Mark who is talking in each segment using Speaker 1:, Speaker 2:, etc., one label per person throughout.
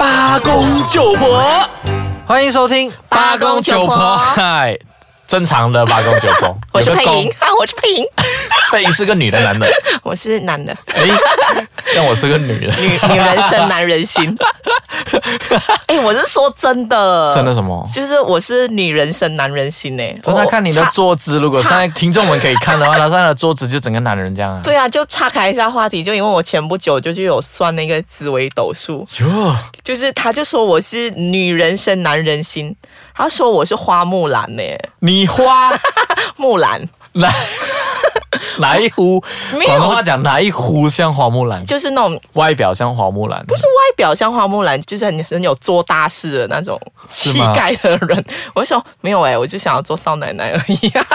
Speaker 1: 啊
Speaker 2: 九婆，
Speaker 1: 欢迎收听
Speaker 3: 八公九婆
Speaker 1: 嗨，正常的八公九婆
Speaker 3: ，我是
Speaker 1: 有个
Speaker 3: 配音
Speaker 1: 公，
Speaker 3: 啊， 我是配音，
Speaker 1: 配音是个女的， 男的。
Speaker 3: 我是男的，
Speaker 1: 哎，这样我是个女的，
Speaker 3: 女女人生男人心。 哎、我是说真的，
Speaker 1: 真的什么？
Speaker 3: 就是我是女人生男人心哎、
Speaker 1: 真的
Speaker 3: 我
Speaker 1: 看你的
Speaker 3: 岔
Speaker 1: 坐姿，如果
Speaker 3: 差
Speaker 1: 现在听众们可以看的话，他现在的坐姿就整个男人这样啊。
Speaker 3: 对啊，就岔开一下话题，就因为我前不久就去有算那个紫微斗数，
Speaker 1: 哟，
Speaker 3: 就是他就说我是女人生男人心，他说我是花木兰呢、
Speaker 1: 你花
Speaker 3: 木兰
Speaker 1: 哪 哪一壶？
Speaker 3: 没有
Speaker 1: 广东话讲哪一壶像花木兰，
Speaker 3: 就是那种
Speaker 1: 外表像花木兰，不是
Speaker 3: 外表像花木兰，就是很很有做大事的那种
Speaker 1: 是
Speaker 3: 气
Speaker 1: 吗
Speaker 3: 概的人。我就想没有哎、我就想要做少奶奶而已、啊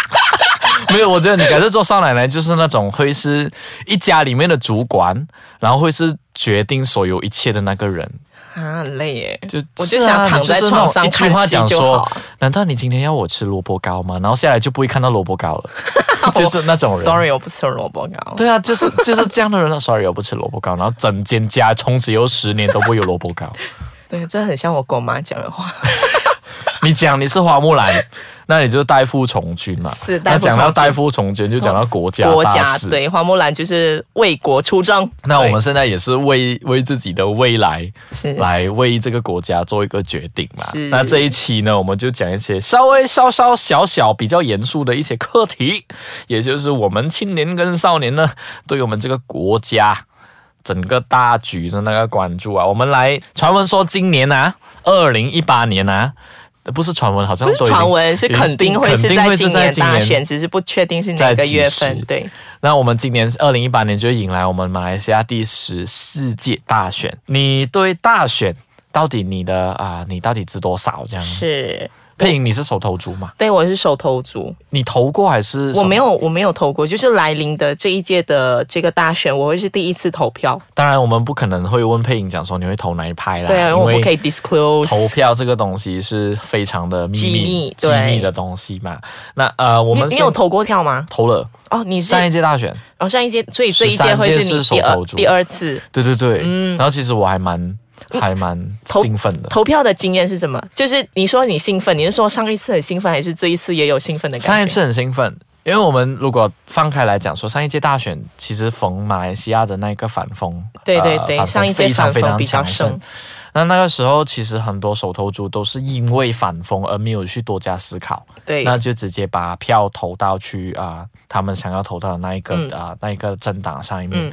Speaker 1: 没有，我觉得你改次做少奶奶，就是那种会是一家里面的主管，然后会是决定所有一切的那个人。
Speaker 3: 啊，很累耶！
Speaker 1: 就
Speaker 3: 我就想躺在床上
Speaker 1: 是啊你就是那种一句话
Speaker 3: 看
Speaker 1: 讲
Speaker 3: 戏就
Speaker 1: 说
Speaker 3: 好，
Speaker 1: 难道你今天要我吃萝卜糕吗？然后下来就不会看到萝卜糕 了，就是那种人。
Speaker 3: Sorry，我不吃萝卜糕。
Speaker 1: 对啊，就是就是这样的人。Sorry，我不 吃萝卜糕，然后整间家从此有十年都不会有萝卜糕。
Speaker 3: 对，这很像我跟我妈讲的话。
Speaker 1: 你讲你是花木兰，那你就代父从军嘛。
Speaker 3: 是
Speaker 1: 那
Speaker 3: 代父从军
Speaker 1: 讲到代父从军，就讲到国家
Speaker 3: 国
Speaker 1: 大
Speaker 3: 家
Speaker 1: 事。
Speaker 3: 对花木兰就是为国出征。
Speaker 1: 那我们
Speaker 3: 对
Speaker 1: 现在也是为为自己的未来
Speaker 3: 是
Speaker 1: 来为这个国家做一个决定嘛
Speaker 3: 是。
Speaker 1: 那这一期呢，我们就讲一些稍微稍稍小小比较严肃的一些课题，也就是我们青年跟少年呢，对我们这个国家整个大局的那个关注啊。我们来传闻说今年啊，二零一八年啊，不是传闻，好像
Speaker 3: 不
Speaker 1: 都
Speaker 3: 是
Speaker 1: 已经
Speaker 3: 传闻，是肯定会是
Speaker 1: 肯定
Speaker 3: 在
Speaker 1: 会
Speaker 3: 今
Speaker 1: 是在
Speaker 3: 年
Speaker 1: 今
Speaker 3: 大
Speaker 1: 年
Speaker 3: 选，只是不确定是哪
Speaker 1: 在
Speaker 3: 个
Speaker 1: 几
Speaker 3: 月
Speaker 1: 时
Speaker 3: 份。对，
Speaker 1: 那我们今年二零一八年就迎来我们马来西亚第十四届大选。你对大选到底你的啊、你到底值多少？这样，
Speaker 3: 是。
Speaker 1: 佩莹你是手头族嘛？
Speaker 3: 对，我是手头族，
Speaker 1: 你投过还是？
Speaker 3: 我没。有，我没有投过，就是来临的这一届的这个大选，我会是第一次投票。
Speaker 1: 当然，我们不可能会问佩莹讲说你会投哪一派啦，
Speaker 3: 对啊，因为我不可以
Speaker 1: 投
Speaker 3: disclose，
Speaker 1: 票这个东西是非常的秘密
Speaker 3: 机密
Speaker 1: 机
Speaker 3: 对
Speaker 1: 密的东西嘛。那呃，我
Speaker 3: 你
Speaker 1: 们
Speaker 3: 你
Speaker 1: 是
Speaker 3: 有投过票吗？
Speaker 1: 投了
Speaker 3: 哦，你是
Speaker 1: 上一届大选，
Speaker 3: 哦上一届，所以这一届
Speaker 1: 13
Speaker 3: 会
Speaker 1: 届
Speaker 3: 是你
Speaker 1: 是手
Speaker 3: 第
Speaker 1: 头
Speaker 3: 二
Speaker 1: 族
Speaker 3: 第二次。
Speaker 1: 对对对，然后其实我还蛮还蛮
Speaker 3: 嗯投
Speaker 1: 兴奋的，
Speaker 3: 投票的经验是什么？就是你说你兴奋，你是说上一次很兴奋，还是这一次也有兴奋的感觉？
Speaker 1: 上一次很兴奋，因为我们如果放开来讲说，上一届大选其实逢马来西亚的那个反风，
Speaker 3: 对对
Speaker 1: 呃
Speaker 3: 对
Speaker 1: 反
Speaker 3: 上一届
Speaker 1: 非常非常
Speaker 3: 反风比较
Speaker 1: 强盛
Speaker 3: 盛。
Speaker 1: 那那个时候，其实很多手头族都是因为反风而没有去多加思考，
Speaker 3: 对
Speaker 1: 那就直接把票投到去啊、他们想要投到的那一个啊、
Speaker 3: 嗯
Speaker 1: 那一个政党上面。
Speaker 3: 嗯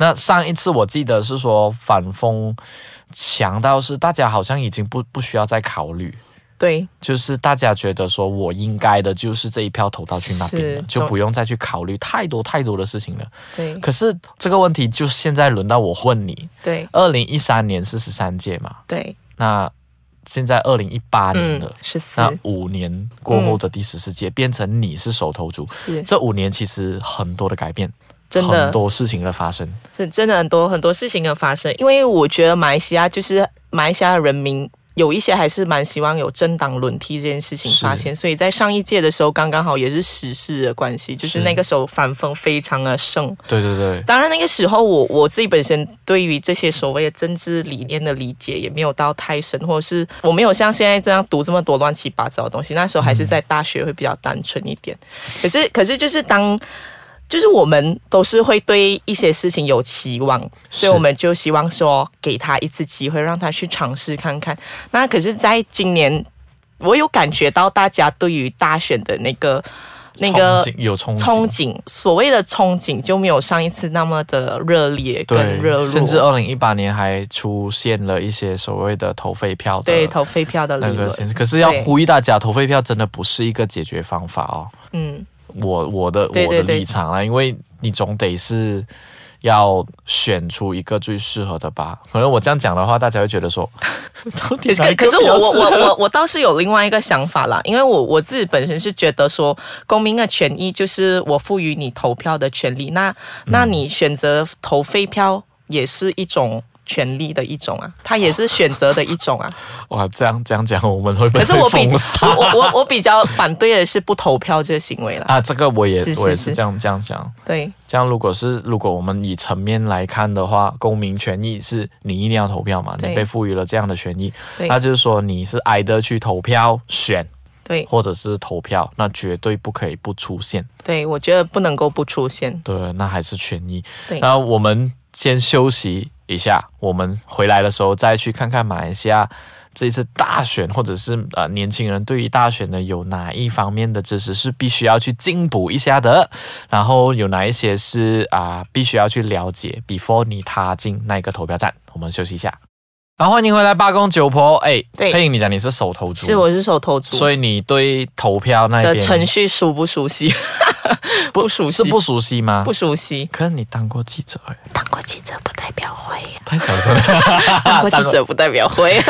Speaker 1: 那上一次我记得是说反风强到是大家好像已经不不需要再考虑，
Speaker 3: 对
Speaker 1: 就是大家觉得说我应该的就是这一票投到去那边了
Speaker 3: 是，
Speaker 1: 就
Speaker 3: 总
Speaker 1: 不用再去考虑太多太多的事情了。
Speaker 3: 对
Speaker 1: 可是这个问题就现在轮到我问你，
Speaker 3: 对
Speaker 1: 二零一三年是十三届嘛，
Speaker 3: 对，
Speaker 1: 那现在二零一八年
Speaker 3: 嗯
Speaker 1: 了，，
Speaker 3: 十四
Speaker 1: 那五年过后的第十四届、变成你是手头族，
Speaker 3: 是
Speaker 1: 这五年其实很多的改变，
Speaker 3: 真
Speaker 1: 很
Speaker 3: 的
Speaker 1: 多事情的发生，
Speaker 3: 是真的很多很多事情的发生，因为我觉得马来西亚就是马来西亚人民。有一些还是蛮希望有政党轮替这件事情
Speaker 1: 是
Speaker 3: 发生，所以在上一届的时候，刚刚好也是时事的关系，就是
Speaker 1: 是
Speaker 3: 那个时候反风非常的盛，
Speaker 1: 对对对。
Speaker 3: 当然，那个时候我我自己本身对于这些所谓的政治理念的理解也没有到太深，或者是我没有像现在这样读这么多乱七八糟的东西。那时候还是在大学会比较单纯一点。可是，可是就是当就是我们都是会对一些事情有期望，
Speaker 1: 是
Speaker 3: 所以我们就希望说给他一次机会，让他去尝试看看。那可是，在今年，我有感觉到大家对于大选的那个那个
Speaker 1: 憧憬有憧
Speaker 3: 憧
Speaker 1: 憬，
Speaker 3: 憬，所谓的憧憬就没有上一次那么的热烈跟热
Speaker 1: 对，
Speaker 3: 络，
Speaker 1: 甚至二零一八年还出现了一些所谓的投废票的
Speaker 3: 对投废票的
Speaker 1: 那
Speaker 3: 理
Speaker 1: 呃个
Speaker 3: 论，
Speaker 1: 形式。可是要
Speaker 3: 对
Speaker 1: 呼吁大家，投废票真的不是一个解决方法哦。
Speaker 3: 嗯，
Speaker 1: 我我的
Speaker 3: 对对
Speaker 1: 我的
Speaker 3: 对
Speaker 1: 立场啦，因为你总得是要选出一个最适合的吧。可能我这样讲的话，大家会觉得 说，到底
Speaker 3: 可
Speaker 1: 哪一
Speaker 3: 是
Speaker 1: 个
Speaker 3: 可是
Speaker 1: 比
Speaker 3: 我
Speaker 1: 较
Speaker 3: 我
Speaker 1: 适
Speaker 3: 我
Speaker 1: 合
Speaker 3: 我我倒是有另外一个想法啦，因为我我自己本身是觉得说，公民的权益就是我赋
Speaker 1: 嗯
Speaker 3: 予你投票的权利，那那你选择投废票也是一种权利的一种啊，它也是选择的一种啊。
Speaker 1: 哇，这样这样讲我们会不会
Speaker 3: 可是我
Speaker 1: 被
Speaker 3: 比
Speaker 1: 封杀
Speaker 3: 我我我我比较反对的是不投票这个行为啦。
Speaker 1: 啊？这个我也
Speaker 3: 是是
Speaker 1: 我也是
Speaker 3: 是
Speaker 1: 这样这样讲。
Speaker 3: 对，
Speaker 1: 这样如果是如果我们以层面来看的话，公民权益是你一定要投票嘛，
Speaker 3: 对
Speaker 1: 你被赋予了这样的权益，
Speaker 3: 对
Speaker 1: 那就是说你是挨着去投票选
Speaker 3: 对
Speaker 1: 或者是投票，那绝对不可以不出现。
Speaker 3: 对，我觉得不能够不出现。
Speaker 1: 对，那还是权益。
Speaker 3: 对
Speaker 1: 那我们先休息一下，我们回来的时候再去看看马来西亚这一次大选，或者是呃年轻人对于大选呢有哪一方面的知识是必须要去进补一下的，然后有哪一些是啊、必须要去了解，before 你踏进那个投票站。我们休息一下。然后欢迎回来，八公九婆。哎，
Speaker 3: 对
Speaker 1: 佩影，你讲你是手头族，
Speaker 3: 是我是手头族
Speaker 1: 所以你对投票那
Speaker 3: 的
Speaker 1: 边
Speaker 3: 程序熟不熟悉？ 不熟悉，
Speaker 1: 是不熟悉吗？
Speaker 3: 不熟悉。
Speaker 1: 可是你当过记者哎。
Speaker 3: 当过记者不代表会啊呀、
Speaker 1: 太小声了。
Speaker 3: 当过记者不代 表会，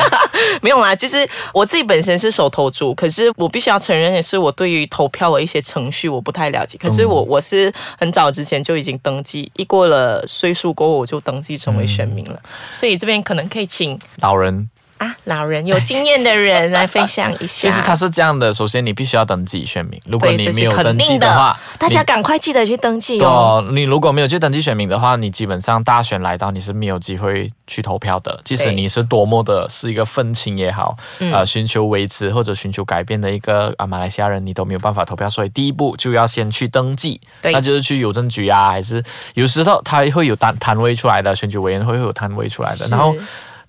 Speaker 3: 没有啦。就是我自己本身是手头族，可是我必须要承认，也是我对于投票的一些程序我不太了解。可
Speaker 1: 嗯
Speaker 3: 是我我是很早之前就已经登记，一过了岁数过后我就登记成为选民了，
Speaker 1: 嗯
Speaker 3: 所以这边可能可以请
Speaker 1: 老人
Speaker 3: 啊老人有经验的人来分享 一下。
Speaker 1: 其实他是这样的，首先你必须要登记选民，如果
Speaker 3: 啊对
Speaker 1: 你
Speaker 3: 这
Speaker 1: 没
Speaker 3: 是
Speaker 1: 有
Speaker 3: 肯
Speaker 1: 登记
Speaker 3: 定的
Speaker 1: 话，
Speaker 3: 大家
Speaker 1: 你
Speaker 3: 赶快记得去登记
Speaker 1: 对
Speaker 3: 哦。
Speaker 1: 哦，你如果没有去登记选民的话，你基本上大选来到你是没有机会去投票的。即使
Speaker 3: 对
Speaker 1: 你是多么的是一个愤青也好，
Speaker 3: 嗯
Speaker 1: 呃，寻求维持或者寻求改变的一个啊马来西亚人，你都没有办法投票。所以第一步就要先去登记，
Speaker 3: 对
Speaker 1: 那就是去邮政局啊，还是有时候他会有摊摊位出来的，选举委员会会有摊位出来的，然后
Speaker 3: 是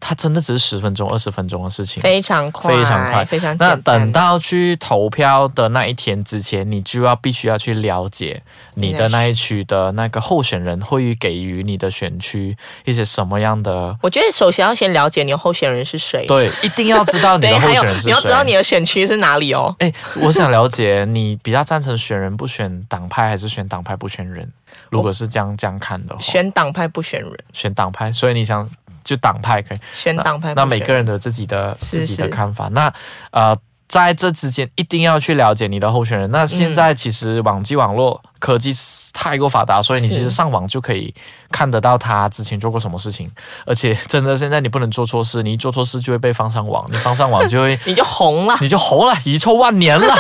Speaker 1: 他真的只是十分钟、二十分钟的事情。
Speaker 3: 非常快，
Speaker 1: 非常快，
Speaker 3: 非常
Speaker 1: 那
Speaker 3: 简单
Speaker 1: 等到去投票的那一天之前，你就要必须要去了解你的那一区的那个候选人会给予你的选区一些什么样的。
Speaker 3: 我觉得首先要先了解你的候选人是谁，
Speaker 1: 对，一定要知道你
Speaker 3: 对，
Speaker 1: 的候
Speaker 3: 还有
Speaker 1: 选人是谁。
Speaker 3: 你要知道你的选区是哪里哦。
Speaker 1: 哎，我想了解你比较赞成选人不选党派，还是选党派不选人？如果是这样这样看的话，选
Speaker 3: 选党派不选人，
Speaker 1: 选党派，所以你想就党派可以。
Speaker 3: 选
Speaker 1: 那
Speaker 3: 党派不
Speaker 1: 那
Speaker 3: 选
Speaker 1: 每个人都有自己的
Speaker 3: 是
Speaker 1: 自己的
Speaker 3: 是
Speaker 1: 看法。那呃，在这之间一定要去了解你的候选人。
Speaker 3: 嗯
Speaker 1: 那现在其实网际网络科技太过发达，所以你
Speaker 3: 是
Speaker 1: 其实上网就可以看得到他之前做过什么事情。而且真的现在你不能做错事，你一做错事就会被放上网，你放上网就 会
Speaker 3: 你就红了。
Speaker 1: 你就红了，遗臭万年了。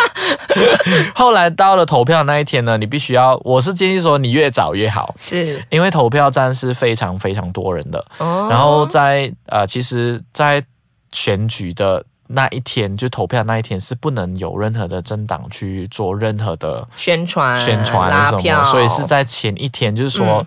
Speaker 1: 后来到了投票那一天呢，你必须要，我是建议说你越早越好。
Speaker 3: 是
Speaker 1: 因为投票站是非常非常多人的，
Speaker 3: 哦，
Speaker 1: 然后在呃，其实，在选举的那一天，就投票那一天是不能有任何的政党去做任何的
Speaker 3: 宣传
Speaker 1: 宣传
Speaker 3: 哎拉
Speaker 1: 什么，
Speaker 3: 票，
Speaker 1: 所以是在前一天，就是说。
Speaker 3: 嗯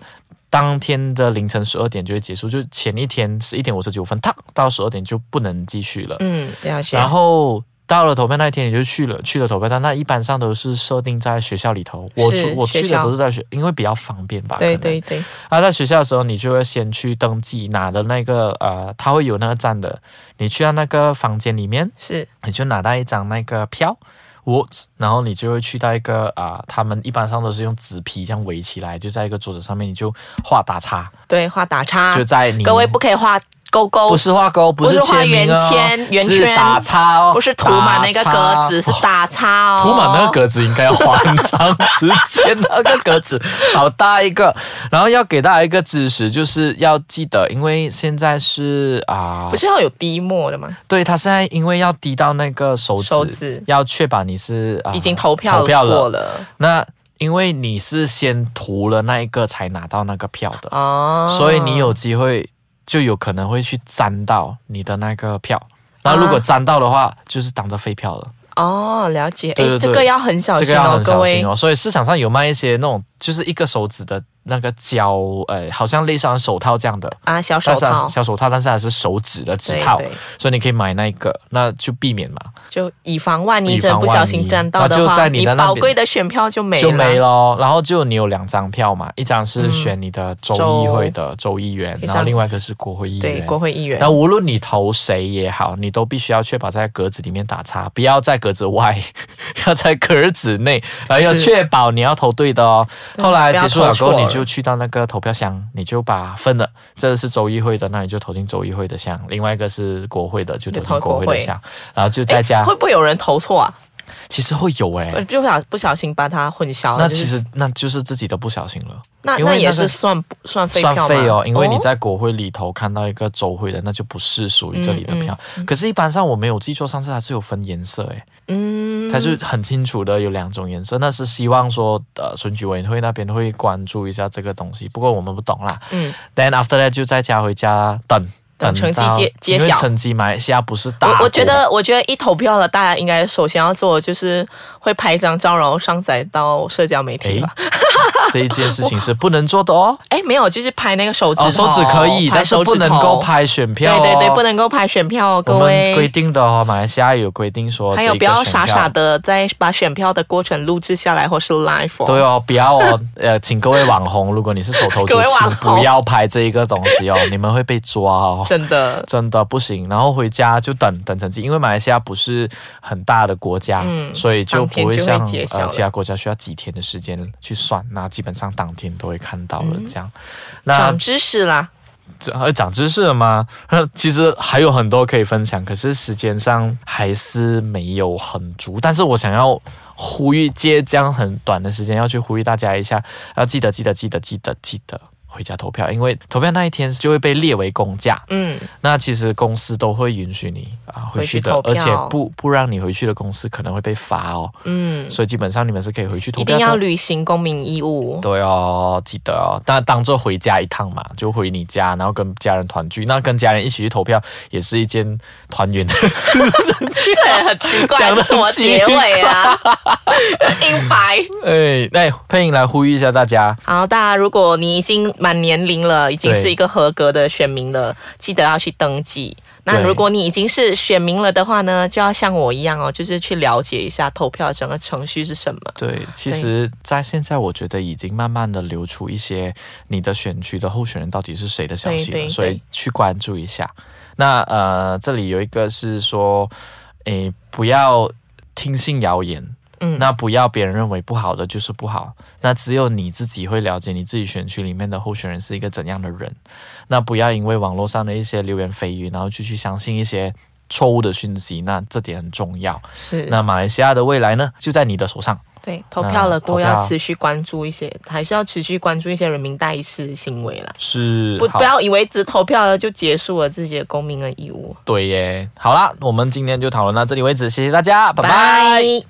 Speaker 1: 当天的凌晨十二点就会结束，就前一天十一点五十九分，烫到十二点就不能继续了。
Speaker 3: 嗯了解。
Speaker 1: 然后到了投票那一天，你就去了去了投票站，那一般上都是设定在学校里头。我
Speaker 3: 是
Speaker 1: 去我去
Speaker 3: 学
Speaker 1: 的
Speaker 3: 校
Speaker 1: 都是在学，因为比较方便吧。
Speaker 3: 对
Speaker 1: 可能
Speaker 3: 对对，
Speaker 1: 那啊在学校的时候，你就会先去登记拿的那个呃，他会有那个站的，你去到那个房间里面，
Speaker 3: 是
Speaker 1: 你就拿到一张那个票。我，然后你就会去到一个啊、他们一般上都是用纸皮这样围起来，就在一个桌子上面，你就画打叉，
Speaker 3: 对画打叉
Speaker 1: 就，在你
Speaker 3: 啊各位不可以画勾勾
Speaker 1: 不，是画勾，不
Speaker 3: 不是画
Speaker 1: 签名哦，
Speaker 3: 圆圈圆
Speaker 1: 是
Speaker 3: 圈
Speaker 1: 打叉哦，
Speaker 3: 不是涂满那个格
Speaker 1: 打
Speaker 3: 子，
Speaker 1: 叉
Speaker 3: 是打叉哦。
Speaker 1: 涂满那个格子应该要花很长时间，那个格子好大一个。然后要给大家一个知识，就是要记得，因为现在是啊，
Speaker 3: 不是要有滴墨的吗？
Speaker 1: 对他现在因为要滴到那个手指，
Speaker 3: 手指
Speaker 1: 要确保你是、啊、
Speaker 3: 已经投票
Speaker 1: 投票
Speaker 3: 过
Speaker 1: 了。
Speaker 3: 了
Speaker 1: 那因为你是先涂了那一个才拿到那个票的，
Speaker 3: 哦，
Speaker 1: 所以你有机会就有可能会去沾到你的那个票。那如果
Speaker 3: 啊
Speaker 1: 沾到的话，就是当着废票了。
Speaker 3: 哦了解，
Speaker 1: 对对
Speaker 3: 哎，这
Speaker 1: 对
Speaker 3: 个要很小
Speaker 1: 这个
Speaker 3: 心
Speaker 1: 要
Speaker 3: 哦
Speaker 1: 很，
Speaker 3: 各
Speaker 1: 小
Speaker 3: 位
Speaker 1: 心。哦。所以市场上有卖一些那种，就是一个手指的那个胶，呃，好像类似像手套这样的，
Speaker 3: 啊，小手
Speaker 1: 但是它
Speaker 3: 套
Speaker 1: 是，小手套，但是它是手指的指套，
Speaker 3: 对对
Speaker 1: 所以你可以买那个，那就避免嘛，
Speaker 3: 就以防万一，
Speaker 1: 以
Speaker 3: 真
Speaker 1: 防
Speaker 3: 的不小心沾到的
Speaker 1: 万一那就
Speaker 3: 话，
Speaker 1: 在你
Speaker 3: 你
Speaker 1: 的那边
Speaker 3: 宝贵的选票就没了。嗯
Speaker 1: 就没咯。然后就你有两张票嘛，一张是选你的州议会的州议员，
Speaker 3: 一
Speaker 1: 然
Speaker 3: 张
Speaker 1: 后另外一个是国会议
Speaker 3: 对，
Speaker 1: 员。
Speaker 3: 国会议员
Speaker 1: 然。后无论你投谁也好，你都必须要确保在格子里面打叉，不要在格子外， 要在格子内，然后要
Speaker 3: 是
Speaker 1: 确保你要投对的哦。
Speaker 3: 对
Speaker 1: 后来结束了过
Speaker 3: 不要投
Speaker 1: 后，
Speaker 3: 错
Speaker 1: 你
Speaker 3: 了
Speaker 1: 就去到那个投票箱，你就把分了，这是州议会的，那你就投进州议会的箱；另外一个是国会的，就投进国会的箱，然后就在家
Speaker 3: 会不会有人投错啊？
Speaker 1: 其实会有哎、
Speaker 3: 呃就不小不小心把它混淆了。
Speaker 1: 那
Speaker 3: 就
Speaker 1: 其
Speaker 3: 是
Speaker 1: 实那就是自己的不小心了，
Speaker 3: 那
Speaker 1: 因为
Speaker 3: 那也
Speaker 1: 那个
Speaker 3: 是算不算废
Speaker 1: 算
Speaker 3: 票吗
Speaker 1: 费哦，因为你
Speaker 3: 哦
Speaker 1: 在国会里头看到一个州会的，那就不是属于这里的票。
Speaker 3: 嗯嗯
Speaker 1: 可是，一般上我没有记错，上次它是有分颜色诶，
Speaker 3: 嗯，
Speaker 1: 它是很清楚的有两种颜色。那是希望说，呃，选举委员会那边会关注一下这个东西，不过我们不懂啦。
Speaker 3: 嗯，
Speaker 1: Then after that 就在家回家等
Speaker 3: 等成绩
Speaker 1: 到
Speaker 3: 揭揭
Speaker 1: 因为
Speaker 3: 晓
Speaker 1: 成绩马来西亚不是大
Speaker 3: 我
Speaker 1: 国
Speaker 3: 我觉得，我觉得一投票了，大家应该首先要做的就是会拍一张照，然后上载到社交媒体
Speaker 1: 诶
Speaker 3: 吧。
Speaker 1: 这一件事情是不能做的 哦。
Speaker 3: 哎，没有，就是拍那个手指头，
Speaker 1: 哦，手指可以，
Speaker 3: 拍
Speaker 1: 但是
Speaker 3: 手
Speaker 1: 不
Speaker 3: 指
Speaker 1: 能
Speaker 3: 头
Speaker 1: 够。拍选票、
Speaker 3: 对
Speaker 1: 哦。
Speaker 3: 对对，不能够拍选票哦，各
Speaker 1: 我们规
Speaker 3: 位。
Speaker 1: 定的哦，马来西亚有规定说，
Speaker 3: 还有不要傻傻。的在把选票的过程录制下来或是 live 哦。
Speaker 1: 对哦，不要哦，呃，请各位网红，如果你是手头
Speaker 3: 各
Speaker 1: 族
Speaker 3: 位网
Speaker 1: 群，
Speaker 3: 红
Speaker 1: 不要拍这一个东西哦，你们会被抓哦，
Speaker 3: 真的，
Speaker 1: 真的不行。然后回家就等等成绩，因为马来西亚不是很大的国家，
Speaker 3: 嗯
Speaker 1: 所以就不
Speaker 3: 当天就会
Speaker 1: 像
Speaker 3: 揭晓
Speaker 1: 呃
Speaker 3: 了
Speaker 1: 其他国家需要几天的时间去算，那基本上当天都会看到了、这样。那
Speaker 3: 长知识啦。
Speaker 1: 长长知识了吗？其实还有很多可以分享，可是时间上还是没有很足。但是我想要呼吁，借这样很短的时间要去呼吁大家一下，要记得记得记得记得记得回家投票，因为投票那一天就会被列为公假。
Speaker 3: 嗯，
Speaker 1: 那其实公司都会允许你啊回去的，
Speaker 3: 回
Speaker 1: 而
Speaker 3: 去
Speaker 1: 且
Speaker 3: 投票
Speaker 1: 不不让你回去的公司可能会被罚哦。
Speaker 3: 嗯，
Speaker 1: 所以基本上你们是可以回去投
Speaker 3: 一
Speaker 1: 票
Speaker 3: 定
Speaker 1: 的。
Speaker 3: 要履行公民义务。
Speaker 1: 对哦，记得哦，但当做回家一趟嘛，就回你家，然后跟家人团聚，那跟家人一起去投票也是一件团圆 的事。
Speaker 3: 这也很奇怪，
Speaker 1: 讲得
Speaker 3: 这什么
Speaker 1: 很奇
Speaker 3: 结尾啊？硬白。
Speaker 1: 哎，那、配音来呼吁一下大家，
Speaker 3: 好，大家如果你已经满年龄了，已经
Speaker 1: 对
Speaker 3: 是一个合格的选民了，记得要去登记。那
Speaker 1: 对
Speaker 3: 如果你已经是选民了的话呢，就要像我一样哦，就是去了解一下投票整个程序是什么。
Speaker 1: 对，其实，在现在我觉得已经慢慢的流出一些你的选区的候选人到底是谁的消息
Speaker 3: 对
Speaker 1: 了，
Speaker 3: 对
Speaker 1: 所以去关注一下。那呃，这里有一个是说，诶，不要听信谣言，
Speaker 3: 嗯，
Speaker 1: 那不要别人认为不好的就是不好，那只有你自己会了解你自己选区里面的候选人是一个怎样的人。那不要因为网络上的一些流言蜚语，然后就去相信一些错误的讯息，那这点很重要。
Speaker 3: 是
Speaker 1: 那马来西亚的未来呢，就在你的手上。
Speaker 3: 对投票了，
Speaker 1: 投
Speaker 3: 都
Speaker 1: 票
Speaker 3: 要持续关注一些，还是要持续关注一些人民代示行为啦。
Speaker 1: 是
Speaker 3: 不
Speaker 1: 好
Speaker 3: 不要以为只投票了就结束了自己的公民的义务。
Speaker 1: 对耶。好啦，我们今天就讨论到这里为止，谢谢大家，拜拜。
Speaker 3: 拜